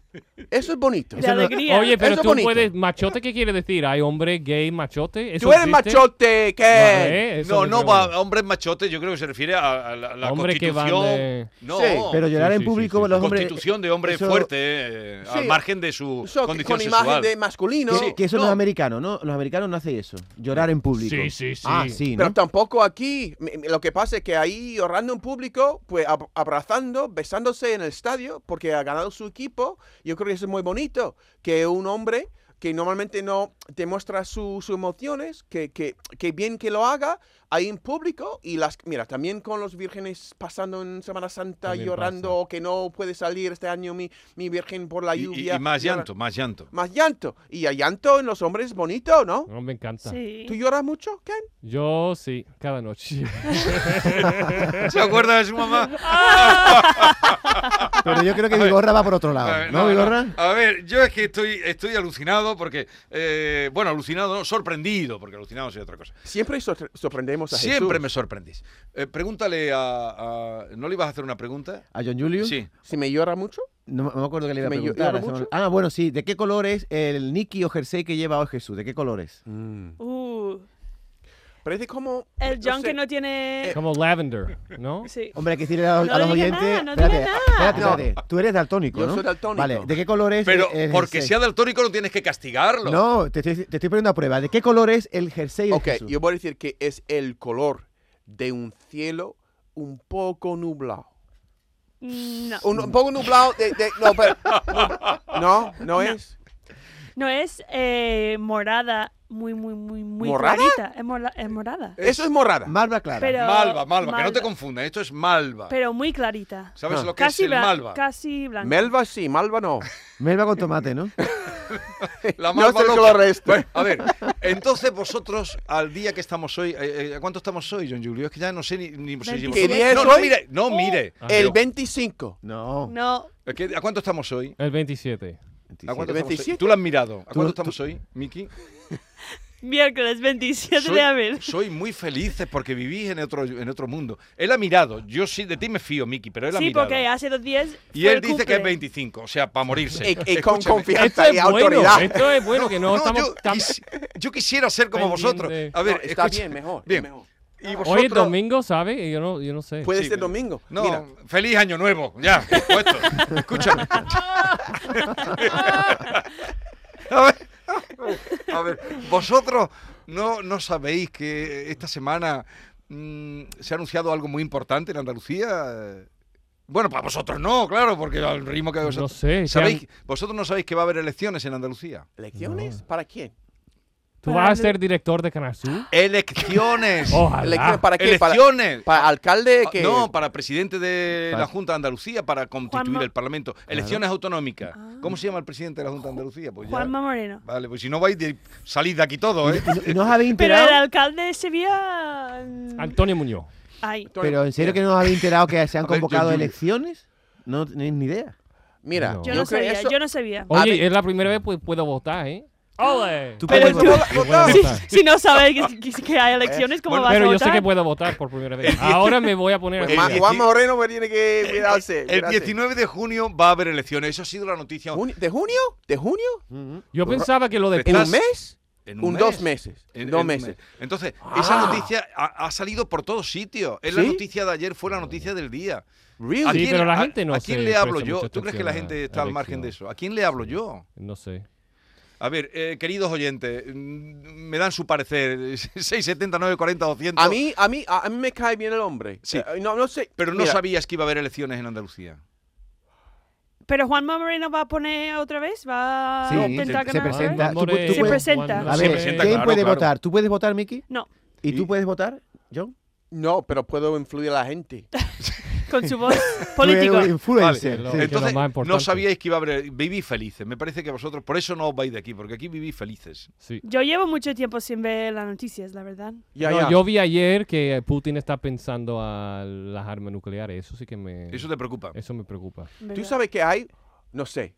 Speaker 3: Eso es bonito.
Speaker 6: De alegría.
Speaker 2: Oye, pero
Speaker 3: Eso es
Speaker 2: tú
Speaker 3: bonito.
Speaker 2: puedes. ¿Machote qué quiere decir? ¿Hay hombre gay machote? ¿Eso
Speaker 3: Tú eres
Speaker 2: existe?
Speaker 3: machote, que...
Speaker 2: ¿Eh? Eso
Speaker 5: No,
Speaker 2: me
Speaker 5: no,
Speaker 2: pregunto.
Speaker 5: va, hombre machote, yo creo que se refiere a, a la, la
Speaker 2: Hombre que van
Speaker 5: constitución.
Speaker 2: de-
Speaker 5: No,
Speaker 3: Sí,
Speaker 4: Pero llorar
Speaker 2: Sí,
Speaker 4: en
Speaker 2: sí,
Speaker 4: público,
Speaker 2: sí, sí.
Speaker 4: los hombres.
Speaker 5: constitución de hombre
Speaker 4: eso-
Speaker 5: fuerte, eh, al
Speaker 3: Sí.
Speaker 5: margen de su
Speaker 3: Eso,
Speaker 5: condición
Speaker 3: con
Speaker 5: sexual.
Speaker 3: imagen de masculino.
Speaker 5: Sí,
Speaker 4: Que eso no
Speaker 5: No.
Speaker 4: es americano, ¿no? Los americanos no hacen eso. Llorar en público.
Speaker 2: Sí, sí, sí.
Speaker 4: Ah, sí,
Speaker 3: Pero
Speaker 4: ¿no?
Speaker 3: tampoco aquí. M- m- Lo que pasa es que ahí llorando en público, pues ab- abrazando, besándose en el estadio, porque ha ganado su equipo, yo creo que eso es muy bonito. Que un hombre que normalmente no demuestra su- sus emociones, que, que, que bien que lo haga ahí en público. Y las, mira, también con los vírgenes pasando en Semana Santa,
Speaker 2: También
Speaker 3: llorando,
Speaker 2: pasa.
Speaker 3: o que no puede salir este año mi, mi virgen por la
Speaker 5: Y- y,
Speaker 3: lluvia.
Speaker 5: y más
Speaker 3: llora-
Speaker 5: llanto, más llanto.
Speaker 3: Más llanto. Y el llanto en los hombres es bonito, ¿no?
Speaker 2: No, me encanta.
Speaker 6: Sí.
Speaker 3: ¿Tú lloras mucho, Ken?
Speaker 2: Yo sí, cada noche.
Speaker 5: ¿Se acuerda de su mamá?
Speaker 4: Pero yo creo que Vigorra va por otro
Speaker 5: A
Speaker 4: lado.
Speaker 5: ver,
Speaker 4: Ah, ¿No, Vigorra?
Speaker 5: A ver, yo es que estoy, estoy alucinado porque, eh, bueno, alucinado, no, sorprendido, porque alucinado soy otra cosa.
Speaker 3: Siempre sorpre- sorprendemos a Jesús.
Speaker 5: Siempre me sorprendís. Eh, pregúntale a, a- ¿No le ibas a hacer una pregunta?
Speaker 4: ¿A John Julius?
Speaker 5: Sí.
Speaker 3: Si me llora mucho,
Speaker 4: No, me- no me acuerdo que le iba a
Speaker 3: ¿Me llo-
Speaker 4: preguntar.
Speaker 3: llora
Speaker 4: se me
Speaker 3: mucho?
Speaker 4: olvidó. Ah, bueno, sí. ¿De qué color es el Nicky o jersey que lleva hoy Jesús? ¿De qué colores?
Speaker 5: Mm.
Speaker 6: Uh,
Speaker 3: parece como...
Speaker 5: Eh,
Speaker 6: el John
Speaker 3: sé.
Speaker 6: que no tiene...
Speaker 2: Como Lavender, ¿no?
Speaker 6: Sí.
Speaker 4: Hombre, hay que decirle a los,
Speaker 6: No
Speaker 4: a los
Speaker 6: diga
Speaker 4: oyentes.
Speaker 6: nada, no diga
Speaker 4: espérate,
Speaker 6: nada.
Speaker 4: espérate, espérate. Tú eres daltónico,
Speaker 3: Yo
Speaker 4: ¿no?
Speaker 3: soy daltónico.
Speaker 4: Vale, ¿de qué color es
Speaker 5: Pero
Speaker 4: el- el
Speaker 5: porque
Speaker 4: jersey?
Speaker 5: sea daltónico no tienes que castigarlo.
Speaker 4: No, te estoy, te estoy poniendo a prueba. ¿De qué color es el jersey de
Speaker 3: Ok,
Speaker 4: Jesús?
Speaker 3: yo voy a decir que es el color de un cielo un poco nublado.
Speaker 6: No.
Speaker 3: Un, un poco nublado de... de- no, pero... No, no es.
Speaker 6: No es eh, morada, muy, muy, muy, muy
Speaker 3: ¿Morada?
Speaker 6: clarita. Es, morla- es morada.
Speaker 3: Eso es morada.
Speaker 4: Malva clara.
Speaker 6: Pero-
Speaker 5: Malva, malva, que no te
Speaker 6: Malva.
Speaker 5: confundas, esto es malva.
Speaker 6: Pero muy clarita.
Speaker 5: ¿Sabes
Speaker 3: Ah.
Speaker 5: lo que
Speaker 6: Casi,
Speaker 5: es el
Speaker 6: blan-
Speaker 5: malva?
Speaker 6: casi blanca.
Speaker 3: Melva sí, Malva no.
Speaker 4: Melva con tomate, ¿no?
Speaker 5: La
Speaker 3: No
Speaker 5: malva
Speaker 3: sé el
Speaker 5: loca.
Speaker 3: color este.
Speaker 5: Bueno, a ver, entonces vosotros al día que estamos hoy, eh, eh, ¿a cuánto estamos hoy, John Julio? Es que ya no sé ni, ni sé si
Speaker 6: ¿Qué
Speaker 5: vosotros-
Speaker 3: día es
Speaker 5: no, no,
Speaker 3: hoy?
Speaker 5: mire,
Speaker 6: Oh.
Speaker 5: no, mire.
Speaker 2: Ah,
Speaker 3: El
Speaker 2: pero-
Speaker 3: 25.
Speaker 4: No.
Speaker 6: No,
Speaker 5: Es que, ¿A cuánto estamos hoy?
Speaker 2: El 27.
Speaker 5: ¿A cuánto
Speaker 3: El
Speaker 5: estamos hoy?
Speaker 3: 27.
Speaker 5: Tú lo has mirado. ¿A
Speaker 4: Tú-
Speaker 5: cuánto
Speaker 4: tú-
Speaker 5: estamos hoy, Miki?
Speaker 6: miércoles 27
Speaker 5: Soy,
Speaker 6: de abril.
Speaker 5: soy muy feliz porque vivís en otro, en otro mundo. Él ha mirado. Yo sí, de ti me fío, Miki, pero él ha
Speaker 6: Sí,
Speaker 5: mirado.
Speaker 6: porque hace dos días.
Speaker 5: y
Speaker 6: fue
Speaker 5: él
Speaker 6: el
Speaker 5: dice que es
Speaker 6: cumple. Eh,
Speaker 5: 25, o sea, para morirse.
Speaker 3: Y, y con
Speaker 5: Escúchame.
Speaker 2: Esto
Speaker 6: Este
Speaker 3: confianza y
Speaker 2: es bueno,
Speaker 3: autoridad.
Speaker 2: esto es bueno, que no, estamos
Speaker 5: yo,
Speaker 2: tan-
Speaker 5: quisi- yo quisiera ser como
Speaker 2: pendiente.
Speaker 5: vosotros. A ver,
Speaker 3: No, está
Speaker 5: escucha-
Speaker 3: bien, mejor.
Speaker 5: Bien.
Speaker 3: mejor.
Speaker 5: Y
Speaker 2: Hoy es
Speaker 5: vosotros-
Speaker 2: domingo, ¿sabes? Yo no, yo no sé.
Speaker 3: Puede
Speaker 5: Sí,
Speaker 3: ser
Speaker 5: pero-
Speaker 3: domingo.
Speaker 5: No,
Speaker 3: Mira,
Speaker 5: feliz año nuevo, ya, por supuesto. Escúchame. a ver, a ver, vosotros no, no sabéis que esta semana mm, se ha anunciado algo muy importante en Andalucía. Bueno, para vosotros no, claro, porque al ritmo que
Speaker 2: No
Speaker 5: vosotros.
Speaker 2: sé. se han-
Speaker 5: ¿Sabéis, vosotros no sabéis que va a haber elecciones en Andalucía.
Speaker 3: ¿Elecciones? ¿Para quién?
Speaker 2: ¿Tú
Speaker 6: Para
Speaker 2: vas a
Speaker 6: el-
Speaker 2: ser director de Canal Sur?
Speaker 5: Elecciones.
Speaker 2: Oh.
Speaker 3: Elecciones
Speaker 2: Ojalá.
Speaker 3: para qué? Para,
Speaker 5: Elecciones.
Speaker 3: para alcalde que
Speaker 5: Ah, No, para presidente de
Speaker 4: Para-
Speaker 5: la Junta de Andalucía, para constituir
Speaker 6: Juanma- Ah.
Speaker 5: el Parlamento. Elecciones autonómicas. ¿Cómo se llama el presidente de la Junta de Andalucía? Pues ya-
Speaker 6: Juanma Moreno.
Speaker 5: Vale, pues si no vais, de- salid de aquí todos, ¿eh?
Speaker 4: ¿Y no os habéis
Speaker 6: Pero
Speaker 4: enterado?
Speaker 6: el alcalde de Sevilla... mm,
Speaker 2: Antonio Muñoz.
Speaker 6: Ay.
Speaker 4: Pero en serio que no os habéis enterado que se han
Speaker 5: A ver,
Speaker 4: convocado
Speaker 5: yo- yo-
Speaker 4: elecciones? No tenéis ni idea.
Speaker 3: Mira,
Speaker 2: No.
Speaker 6: Yo
Speaker 3: yo,
Speaker 6: no
Speaker 3: creo
Speaker 6: sabía,
Speaker 3: eso.
Speaker 6: yo no sabía.
Speaker 3: A
Speaker 2: Oye,
Speaker 3: ver.
Speaker 2: es la primera vez que puedo votar, ¿eh? ¡Ole!
Speaker 4: Tú
Speaker 6: Pero
Speaker 4: puedes
Speaker 6: yo-
Speaker 4: votar.
Speaker 2: Yo puedo
Speaker 3: Ah,
Speaker 6: Si,
Speaker 2: votar.
Speaker 6: si no sabes que, que- que hay elecciones, ¿cómo vas a
Speaker 2: Pero yo
Speaker 6: votar?
Speaker 2: sé que puedo votar por primera vez. Ahora me voy a poner
Speaker 3: Pues
Speaker 2: al
Speaker 3: Ma-
Speaker 2: día.
Speaker 3: Juan Moreno me tiene que cuidarse.
Speaker 5: El
Speaker 3: cuidarse.
Speaker 5: 19 de junio va a haber elecciones. Eso ha sido la noticia.
Speaker 3: Juni- ¿De junio? ¿De junio?
Speaker 2: Yo pensaba que lo de
Speaker 3: ¿En
Speaker 5: Estás-
Speaker 3: un mes?
Speaker 5: En
Speaker 3: Un, dos meses.
Speaker 5: En-
Speaker 3: En dos
Speaker 5: en un
Speaker 3: meses. Ah.
Speaker 5: mes. Entonces, esa noticia ha, ha salido por todos sitios. Es la
Speaker 3: ¿Sí?
Speaker 5: noticia de ayer, fue la noticia del día.
Speaker 3: Really?
Speaker 5: ¿A
Speaker 2: Sí,
Speaker 5: quién-
Speaker 2: pero la
Speaker 5: a-
Speaker 2: gente no
Speaker 5: ¿A quién
Speaker 2: se
Speaker 5: le hablo
Speaker 2: presta
Speaker 5: yo?
Speaker 2: mucha
Speaker 5: ¿Tú crees que la gente
Speaker 2: atención
Speaker 5: está
Speaker 2: a
Speaker 5: al margen
Speaker 2: elección.
Speaker 5: de eso? ¿A quién le hablo yo?
Speaker 2: No sé.
Speaker 5: A ver, eh, queridos oyentes, mm, me dan su parecer. 670, 940, 200.
Speaker 3: A mí, a mí, a a mí me cae bien el hombre.
Speaker 5: Sí.
Speaker 3: Eh, No, no sé.
Speaker 5: Pero no
Speaker 3: Mira,
Speaker 5: sabías que iba a haber elecciones en Andalucía.
Speaker 6: Pero Juanma Moreno va a poner otra vez, va
Speaker 4: Sí,
Speaker 6: a
Speaker 4: se-
Speaker 6: intentar
Speaker 4: se
Speaker 6: ganar otra
Speaker 4: presenta.
Speaker 6: vez?
Speaker 4: tú
Speaker 2: eh,
Speaker 4: pu- tú
Speaker 6: Se
Speaker 4: puedes-
Speaker 6: presenta.
Speaker 4: A
Speaker 5: se
Speaker 4: ver,
Speaker 5: presenta,
Speaker 4: ¿quién
Speaker 5: claro,
Speaker 4: puede
Speaker 5: claro.
Speaker 4: votar? ¿Tú puedes votar, Miki?
Speaker 6: No,
Speaker 4: ¿Y
Speaker 5: Y-
Speaker 4: tú puedes votar, John?
Speaker 3: No, pero puedo influir a la gente.
Speaker 6: con su voz político.
Speaker 4: Tú eres influencer.
Speaker 2: Vale.
Speaker 4: sí.
Speaker 2: que es lo
Speaker 5: Entonces,
Speaker 2: más
Speaker 5: no
Speaker 2: importante.
Speaker 5: sabíais que iba a haber. Vivís felices. Me parece que vosotros. Por eso no os vais de aquí, porque aquí vivís felices.
Speaker 2: Sí.
Speaker 6: Yo llevo mucho tiempo sin ver las noticias, la verdad.
Speaker 3: Ya,
Speaker 2: No,
Speaker 3: ya.
Speaker 2: Yo vi ayer que Putin está pensando a las armas nucleares. Eso sí que me.
Speaker 5: Eso te preocupa.
Speaker 2: eso me preocupa.
Speaker 3: Tú
Speaker 6: ¿verdad?
Speaker 3: sabes que hay, no sé.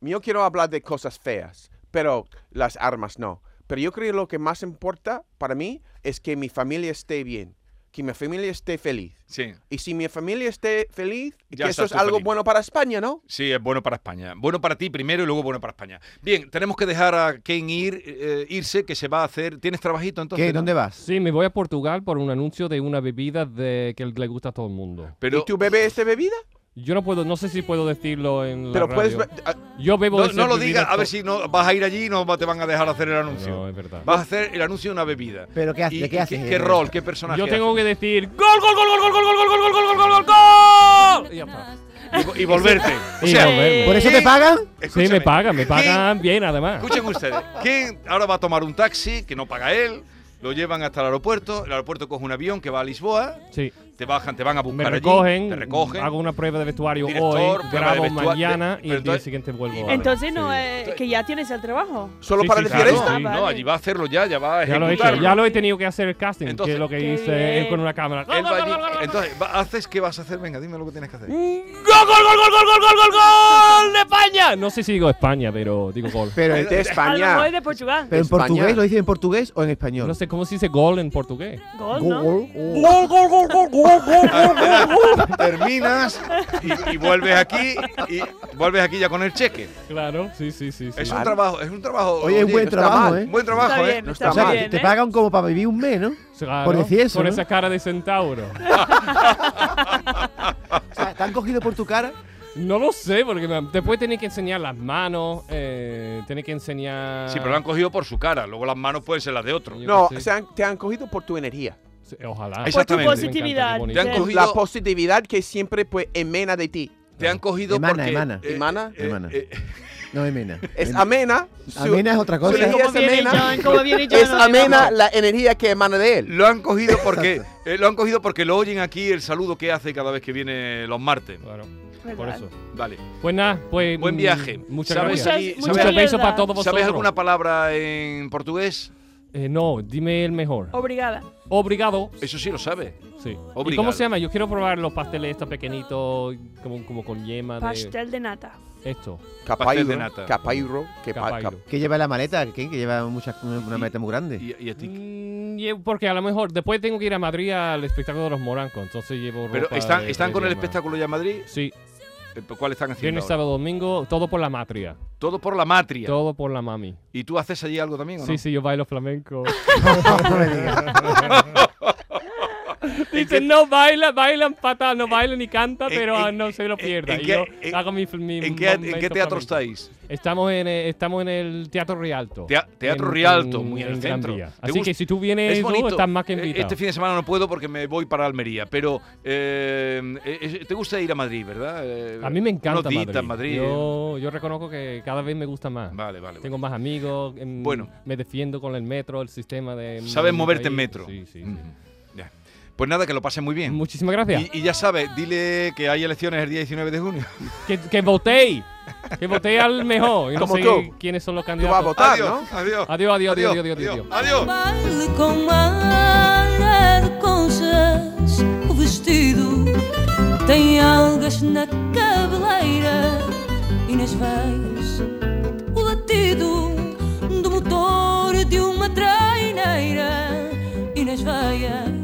Speaker 3: Yo quiero hablar de cosas feas, pero las armas no. Pero yo creo que lo que más importa para mí es que mi familia esté bien, que mi familia esté feliz.
Speaker 5: Sí.
Speaker 3: Y si mi familia esté feliz,
Speaker 5: Ya
Speaker 3: que eso
Speaker 5: estás
Speaker 3: es
Speaker 5: tú
Speaker 3: algo
Speaker 5: feliz.
Speaker 3: bueno para España, ¿no?
Speaker 5: Sí, es bueno para España. Bueno para ti primero y luego bueno para España. Bien, tenemos que dejar a Ken ir, eh, irse, que se va a hacer. ¿Tienes trabajito entonces?
Speaker 4: ¿Qué? ¿Dónde vas?
Speaker 2: Sí, me voy a Portugal por un anuncio de una bebida de que le gusta a todo el mundo.
Speaker 5: Pero,
Speaker 3: ¿Y tu bebé esta bebida?
Speaker 2: Yo no puedo, no sé si puedo decirlo en la
Speaker 3: Pero puedes...
Speaker 2: radio.
Speaker 3: ver- ah,
Speaker 2: Yo bebo
Speaker 5: no,
Speaker 2: esas
Speaker 5: no lo
Speaker 2: bebidas
Speaker 5: digas, a ver
Speaker 2: to-
Speaker 5: si no vas a ir allí y no va- te van a dejar hacer el anuncio.
Speaker 2: No, es verdad.
Speaker 5: Vas a hacer el anuncio de una bebida.
Speaker 4: ¿Pero qué hace-
Speaker 5: ¿Y-
Speaker 4: de qué
Speaker 5: y
Speaker 4: haces?
Speaker 5: ¿Qué, rol? ¿Qué personaje?
Speaker 2: Yo tengo
Speaker 5: haces?
Speaker 2: que decir gol, gol, gol, gol, gol, gol, gol, gol, gol, gol, gol, gol, gol. Y ya está.
Speaker 5: Y vo- Y, volverte. o
Speaker 2: Y
Speaker 5: sea,
Speaker 2: volver.
Speaker 4: ¿Por eso
Speaker 5: Sí.
Speaker 4: te pagan?
Speaker 2: Sí,
Speaker 5: escúchame,
Speaker 2: me pagan, me
Speaker 5: Ken-
Speaker 2: pagan bien además.
Speaker 5: Escuchen ustedes, Ken ahora va a tomar un taxi que no paga él, lo llevan hasta el aeropuerto, el aeropuerto coge un avión que va a Lisboa,
Speaker 2: Sí.
Speaker 5: te bajan, te van a buscar
Speaker 2: Me
Speaker 5: allí,
Speaker 2: recogen,
Speaker 5: te recogen.
Speaker 2: hago una prueba de vestuario
Speaker 5: Director,
Speaker 2: hoy,
Speaker 5: prueba de
Speaker 2: grabo
Speaker 5: vestua-
Speaker 2: mañana y
Speaker 5: de- pero
Speaker 2: el día
Speaker 5: entonces-
Speaker 2: siguiente vuelvo. a-
Speaker 6: Entonces no,
Speaker 2: Sí.
Speaker 6: eh, que ya tienes el trabajo.
Speaker 3: ¿Solo
Speaker 2: Sí,
Speaker 3: para
Speaker 2: sí,
Speaker 3: decir
Speaker 2: claro.
Speaker 3: esto?
Speaker 5: Sí, no, allí va a hacerlo ya, ya va a
Speaker 2: Ya lo he hecho,
Speaker 5: ejecutarlo.
Speaker 2: ya lo he tenido que hacer el casting, que
Speaker 5: Entonces-
Speaker 2: es lo que
Speaker 6: Qué
Speaker 2: hice
Speaker 6: bien.
Speaker 2: con una cámara.
Speaker 5: Él va allí. Entonces, va- ¿haces qué vas a hacer? Venga, dime lo que tienes que hacer.
Speaker 2: ¡Gol, gol, gol, gol, gol, gol, gol, gol, gol de España! No sé si digo España, pero digo gol.
Speaker 4: Pero,
Speaker 3: El de
Speaker 6: A lo mejor es
Speaker 3: España.
Speaker 6: de Portugal.
Speaker 4: pero en
Speaker 3: España.
Speaker 4: portugués, ¿lo dices en portugués o en español?
Speaker 2: No sé cómo se dice gol en portugués.
Speaker 6: Gol, ¿no?
Speaker 4: Gol, gol.
Speaker 5: Terminas y, y vuelves aquí y vuelves aquí ya con el cheque.
Speaker 2: Claro, sí, sí, sí. sí.
Speaker 5: Es un
Speaker 3: Claro.
Speaker 5: trabajo, es un trabajo.
Speaker 4: Oye, es buen
Speaker 3: está
Speaker 4: trabajo,
Speaker 3: mal.
Speaker 4: ¿eh?
Speaker 5: buen trabajo,
Speaker 6: Está
Speaker 5: ¿eh?
Speaker 6: bien,
Speaker 3: No
Speaker 4: O
Speaker 6: está
Speaker 3: está
Speaker 4: sea,
Speaker 6: muy
Speaker 3: mal.
Speaker 4: que
Speaker 6: bien,
Speaker 4: te
Speaker 6: ¿eh?
Speaker 4: pagan como para vivir un mes, ¿no?
Speaker 2: Claro,
Speaker 4: por decir eso,
Speaker 2: Con
Speaker 4: ¿no?
Speaker 2: esa cara de centauro.
Speaker 4: O sea, te han cogido por tu cara.
Speaker 2: No lo sé, porque me- después tenés que enseñar las manos, eh, tenés que enseñar.
Speaker 5: Sí, pero lo han cogido por su cara. Luego las manos pueden ser las de otro.
Speaker 2: Yo
Speaker 3: No,
Speaker 2: qué sé.
Speaker 3: se han- te han cogido por tu energía.
Speaker 2: Sí, Ojalá.
Speaker 5: Esa-
Speaker 6: Por tu
Speaker 5: Exactamente.
Speaker 6: positividad.
Speaker 2: Me encanta, qué bonito.
Speaker 5: Te han
Speaker 6: Del-
Speaker 5: cogido,
Speaker 3: La positividad que siempre pues emana de ti.
Speaker 5: te han cogido
Speaker 4: Emana,
Speaker 5: porque. eh,
Speaker 4: emana.
Speaker 3: Emana,
Speaker 4: emana. No me mena.
Speaker 3: Es
Speaker 4: Mena.
Speaker 3: amena. su-
Speaker 4: Amena es otra
Speaker 3: su
Speaker 4: cosa.
Speaker 3: energía
Speaker 6: ¿Cómo
Speaker 3: es
Speaker 6: viene
Speaker 3: amena.
Speaker 6: John? ¿Cómo viene John?
Speaker 3: Es
Speaker 6: Nos
Speaker 3: amena
Speaker 6: vamos.
Speaker 3: la energía que emana de él.
Speaker 5: Lo han cogido porque eh, lo han cogido porque lo oyen aquí el saludo que hace cada vez que viene los martes.
Speaker 2: Claro, por
Speaker 6: ¿Verdad?
Speaker 2: eso.
Speaker 5: Vale.
Speaker 2: Pues nada, pues.
Speaker 5: Buen
Speaker 2: mm,
Speaker 5: viaje.
Speaker 2: Muchas
Speaker 5: ¿Sabes
Speaker 2: gracias.
Speaker 5: allí-
Speaker 6: Muchas-
Speaker 5: sabes-
Speaker 2: Muchos
Speaker 6: muchas
Speaker 2: besos para
Speaker 6: gracias.
Speaker 2: todos vosotros.
Speaker 5: ¿Sabes alguna palabra en portugués?
Speaker 2: Eh, no, dime el mejor.
Speaker 6: Obrigada.
Speaker 2: Obrigado.
Speaker 5: Eso sí lo sabe.
Speaker 2: Sí. ¿Y
Speaker 5: Obrigado.
Speaker 2: cómo se llama? Yo quiero probar los pasteles estos pequeñitos, como, como con yema de...
Speaker 6: Pastel de nata.
Speaker 2: Esto.
Speaker 5: Pastel de
Speaker 3: Capairo.
Speaker 5: nata.
Speaker 3: Capairo. que pa-
Speaker 2: Capairo.
Speaker 3: cap-
Speaker 4: Que lleva la maleta, que que lleva muchas, una maleta muy grande.
Speaker 5: Y, y a ti.
Speaker 2: Mm, y- porque a lo mejor después tengo que ir a Madrid al espectáculo de los morancos, entonces llevo
Speaker 5: Pero
Speaker 2: ropa
Speaker 5: están,
Speaker 2: de-
Speaker 5: están
Speaker 2: de
Speaker 5: con el
Speaker 2: yema.
Speaker 5: espectáculo ya en Madrid.
Speaker 2: Sí,
Speaker 5: Eh, ¿Cuál están haciendo?
Speaker 2: viernes,
Speaker 5: ahora?
Speaker 2: sábado, domingo, todo por la matria.
Speaker 5: Todo por la matria.
Speaker 2: Todo por la mami.
Speaker 5: ¿Y tú haces allí algo también? ¿o
Speaker 2: Sí,
Speaker 5: no?
Speaker 2: sí, yo bailo flamenco. Dicen, no baila, bailan fatal, no bailan ni canta,
Speaker 5: ¿En-
Speaker 2: pero ah,
Speaker 5: en-
Speaker 2: no se lo
Speaker 5: en-
Speaker 2: pierda.
Speaker 5: en
Speaker 2: Y
Speaker 5: qué-
Speaker 2: yo
Speaker 5: en-
Speaker 2: hago mi, mi
Speaker 5: ¿En qué, en qué
Speaker 2: momento
Speaker 5: teatro
Speaker 2: favorito.
Speaker 5: estáis?
Speaker 2: Estamos en, eh, estamos en el Teatro Rialto.
Speaker 5: Tea- Teatro
Speaker 2: Oh, En-
Speaker 5: Rialto,
Speaker 2: en-
Speaker 5: muy en
Speaker 2: en
Speaker 5: el
Speaker 2: Gran
Speaker 5: centro.
Speaker 2: Vía.
Speaker 5: ¿Te
Speaker 2: Así
Speaker 5: gusta?
Speaker 2: que si tú vienes,
Speaker 5: Es
Speaker 2: tú,
Speaker 5: bonito.
Speaker 2: estás más que
Speaker 5: Eh,
Speaker 2: invitado.
Speaker 5: Este fin de semana no puedo porque me voy para Almería, pero eh, eh, eh, te gusta ir a Madrid, ¿verdad? Eh,
Speaker 2: A mí me encanta
Speaker 5: unos días
Speaker 2: Madrid.
Speaker 5: en Madrid.
Speaker 2: Yo, yo reconozco que cada vez me gusta más.
Speaker 5: Vale, vale.
Speaker 2: Tengo más amigos. em,
Speaker 5: Bueno.
Speaker 2: Me defiendo con el metro, el sistema de.
Speaker 5: Sabes
Speaker 2: mi
Speaker 5: moverte en
Speaker 2: país.
Speaker 5: metro.
Speaker 2: Sí, sí. sí.
Speaker 5: Mm, ya. Pues nada, que lo pases muy bien.
Speaker 2: Muchísimas gracias.
Speaker 5: y, y ya sabes, dile que hay elecciones el día 19 de junio.
Speaker 2: Que, que votéis. Que votéis al mejor. Yo no
Speaker 3: Como
Speaker 2: sé
Speaker 3: tú.
Speaker 2: quiénes son los
Speaker 3: Tú vas a
Speaker 2: candidatos.
Speaker 3: votar, ¿no?
Speaker 5: adiós, adiós,
Speaker 2: Ah, Adiós, adiós, adiós, adiós, adiós, adiós.
Speaker 5: adiós.
Speaker 7: baile com arconchas O vestido tem algas na cabeleira E nas veias o latido Do motor de uma treineira E nas veias